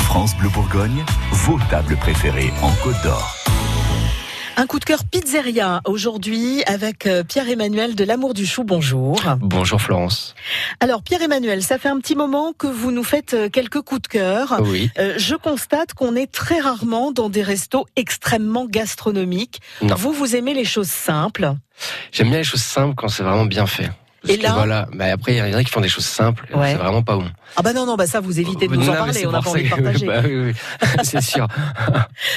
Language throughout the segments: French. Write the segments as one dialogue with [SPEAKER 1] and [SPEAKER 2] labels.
[SPEAKER 1] France Bleu Bourgogne, vos tables préférées en Côte d'Or.
[SPEAKER 2] Un coup de cœur pizzeria aujourd'hui avec euh, Pierre-Emmanuel de l'Amour du Chou. Bonjour.
[SPEAKER 3] Bonjour Florence.
[SPEAKER 2] Alors Pierre-Emmanuel, ça fait un petit moment que vous nous faites euh, quelques coups de cœur.
[SPEAKER 3] Oui.
[SPEAKER 2] Euh, je constate qu'on est très rarement dans des restos extrêmement gastronomiques.
[SPEAKER 3] Non.
[SPEAKER 2] Vous, vous aimez les choses simples.
[SPEAKER 3] J'aime bien les choses simples quand c'est vraiment bien fait. Parce
[SPEAKER 2] Et
[SPEAKER 3] que
[SPEAKER 2] là
[SPEAKER 3] voilà, mais après il y en a qui font des choses simples, et
[SPEAKER 2] Ouais.
[SPEAKER 3] c'est vraiment pas bon.
[SPEAKER 2] Ah bah non, non, bah ça, vous évitez de nous
[SPEAKER 3] Euh, Non,
[SPEAKER 2] en
[SPEAKER 3] mais
[SPEAKER 2] parler,
[SPEAKER 3] c'est
[SPEAKER 2] on n'a
[SPEAKER 3] pour
[SPEAKER 2] pas
[SPEAKER 3] ça
[SPEAKER 2] envie de
[SPEAKER 3] que-
[SPEAKER 2] partager.
[SPEAKER 3] bah oui, oui, c'est sûr.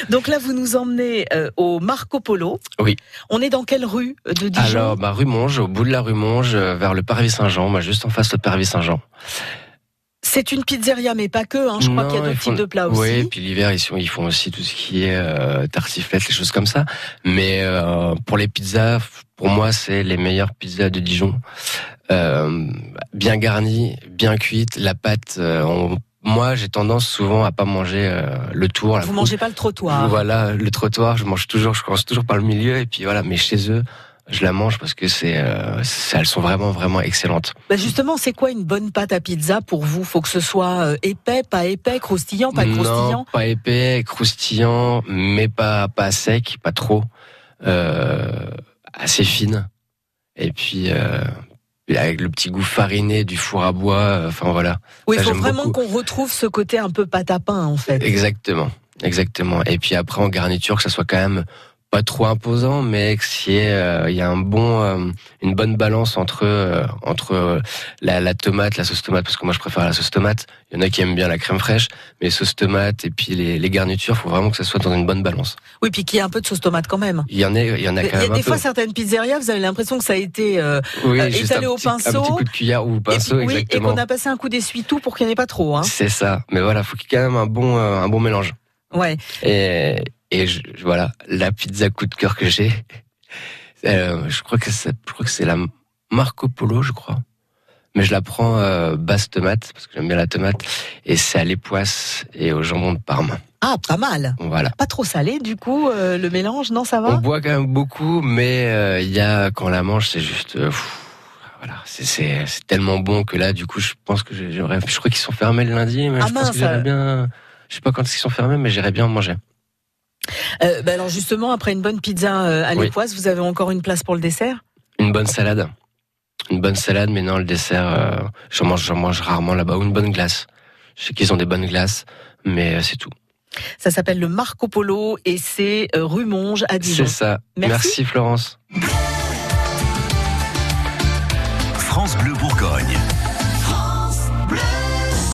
[SPEAKER 2] Donc là, vous nous emmenez euh, au Marco Polo.
[SPEAKER 3] Oui.
[SPEAKER 2] On est dans quelle rue euh, de Dijon
[SPEAKER 3] Alors, bah, rue Monge, au bout de la rue Monge, euh, vers le Parvis Saint-Jean, bah, juste en face de Parvis Saint-Jean.
[SPEAKER 2] C'est une pizzeria, mais pas que. hein. Je crois
[SPEAKER 3] Non,
[SPEAKER 2] qu'il y a
[SPEAKER 3] ils
[SPEAKER 2] d'autres
[SPEAKER 3] font-
[SPEAKER 2] types de plats
[SPEAKER 3] Oui, et
[SPEAKER 2] aussi.
[SPEAKER 3] puis l'hiver, ils, sont- ils font aussi tout ce qui est euh, tartiflette, les choses comme ça. Mais euh, pour les pizzas, pour moi, c'est les meilleures pizzas de Dijon. Euh, bien garnies, bien cuites, la pâte. euh, on- moi, j'ai tendance souvent à pas manger euh, le tour. la
[SPEAKER 2] Vous
[SPEAKER 3] coupe.
[SPEAKER 2] mangez pas le trottoir.
[SPEAKER 3] Voilà, le trottoir, je mange toujours, je commence toujours par le milieu. Et puis voilà, mais chez eux, je la mange parce que c'est, euh, c'est- elles sont vraiment, vraiment excellentes.
[SPEAKER 2] Bah justement, c'est quoi une bonne pâte à pizza pour vous Faut que ce soit euh, épais, pas épais, croustillant, pas
[SPEAKER 3] non,
[SPEAKER 2] croustillant.
[SPEAKER 3] pas épais, croustillant, mais pas pas sec, pas trop, euh, assez fine. Et puis euh, avec le petit goût fariné du four à bois. euh, Enfin voilà,
[SPEAKER 2] Oui, il
[SPEAKER 3] ça,
[SPEAKER 2] faut
[SPEAKER 3] j'aime
[SPEAKER 2] vraiment
[SPEAKER 3] beaucoup.
[SPEAKER 2] qu'on retrouve ce côté un peu pâte à pain en fait.
[SPEAKER 3] exactement, exactement. Et puis après en garniture, que ça soit quand même pas trop imposant, mais qu'il y ait, euh, il y a un bon, euh, une bonne balance entre euh, entre euh, la, la tomate, la sauce tomate, parce que moi je préfère la sauce tomate. Il y en a qui aiment bien la crème fraîche, mais sauce tomate et puis les, les garnitures, faut vraiment que ça soit dans une bonne balance.
[SPEAKER 2] Oui, puis qu'il y ait un peu de sauce tomate quand même.
[SPEAKER 3] Il y en a, il y en a
[SPEAKER 2] Il
[SPEAKER 3] quand
[SPEAKER 2] y a
[SPEAKER 3] même un
[SPEAKER 2] des
[SPEAKER 3] peu.
[SPEAKER 2] fois certaines pizzerias, vous avez l'impression que ça a été euh,
[SPEAKER 3] oui,
[SPEAKER 2] euh,
[SPEAKER 3] juste un
[SPEAKER 2] étalé au
[SPEAKER 3] petit, un
[SPEAKER 2] pinceau.
[SPEAKER 3] petit coup de cuillère ou au
[SPEAKER 2] et,
[SPEAKER 3] pinceau,
[SPEAKER 2] puis- oui, et
[SPEAKER 3] exactement.
[SPEAKER 2] qu'on a passé un coup d'essuie-tout pour qu'il n'y en ait pas trop. Hein.
[SPEAKER 3] C'est ça. Mais voilà, faut qu'il y ait quand même un bon, euh, un bon mélange.
[SPEAKER 2] Ouais.
[SPEAKER 3] Et, et je- je- voilà, la pizza coup de cœur que j'ai, euh, je crois que c'est, je crois que c'est la Marco Polo, je crois. Mais je la prends euh, basse tomate parce que j'aime bien la tomate et c'est à l'époisse et au jambon de Parme.
[SPEAKER 2] Ah, pas mal.
[SPEAKER 3] Voilà.
[SPEAKER 2] Pas trop salé, du coup, euh, le mélange, non, ça
[SPEAKER 3] On
[SPEAKER 2] va
[SPEAKER 3] boit quand même beaucoup, mais euh, il y a quand on la mange, c'est juste. euh, pff, voilà, c'est- c'est c'est tellement bon que là, du coup, je pense que j'ai- j'aimerais. Je crois qu'ils sont fermés le lundi, mais
[SPEAKER 2] Ah
[SPEAKER 3] je
[SPEAKER 2] mince,
[SPEAKER 3] pense que j'aimerais
[SPEAKER 2] euh.
[SPEAKER 3] bien. Je sais pas quand ils sont fermés, mais j'irais bien en manger.
[SPEAKER 2] Euh, bah Alors justement, après une bonne pizza euh, à
[SPEAKER 3] Oui.
[SPEAKER 2] l'époisse, vous avez encore une place pour le dessert
[SPEAKER 3] Une bonne salade, une bonne salade, mais non, le dessert, euh, j'en mange, j'en mange rarement là-bas. Ou une bonne glace. Je sais qu'ils ont des bonnes glaces, mais euh, c'est tout.
[SPEAKER 2] Ça s'appelle le Marco Polo et c'est euh, rue Monge à Dijon.
[SPEAKER 3] C'est ça.
[SPEAKER 2] Merci.
[SPEAKER 3] Merci Florence.
[SPEAKER 1] France Bleu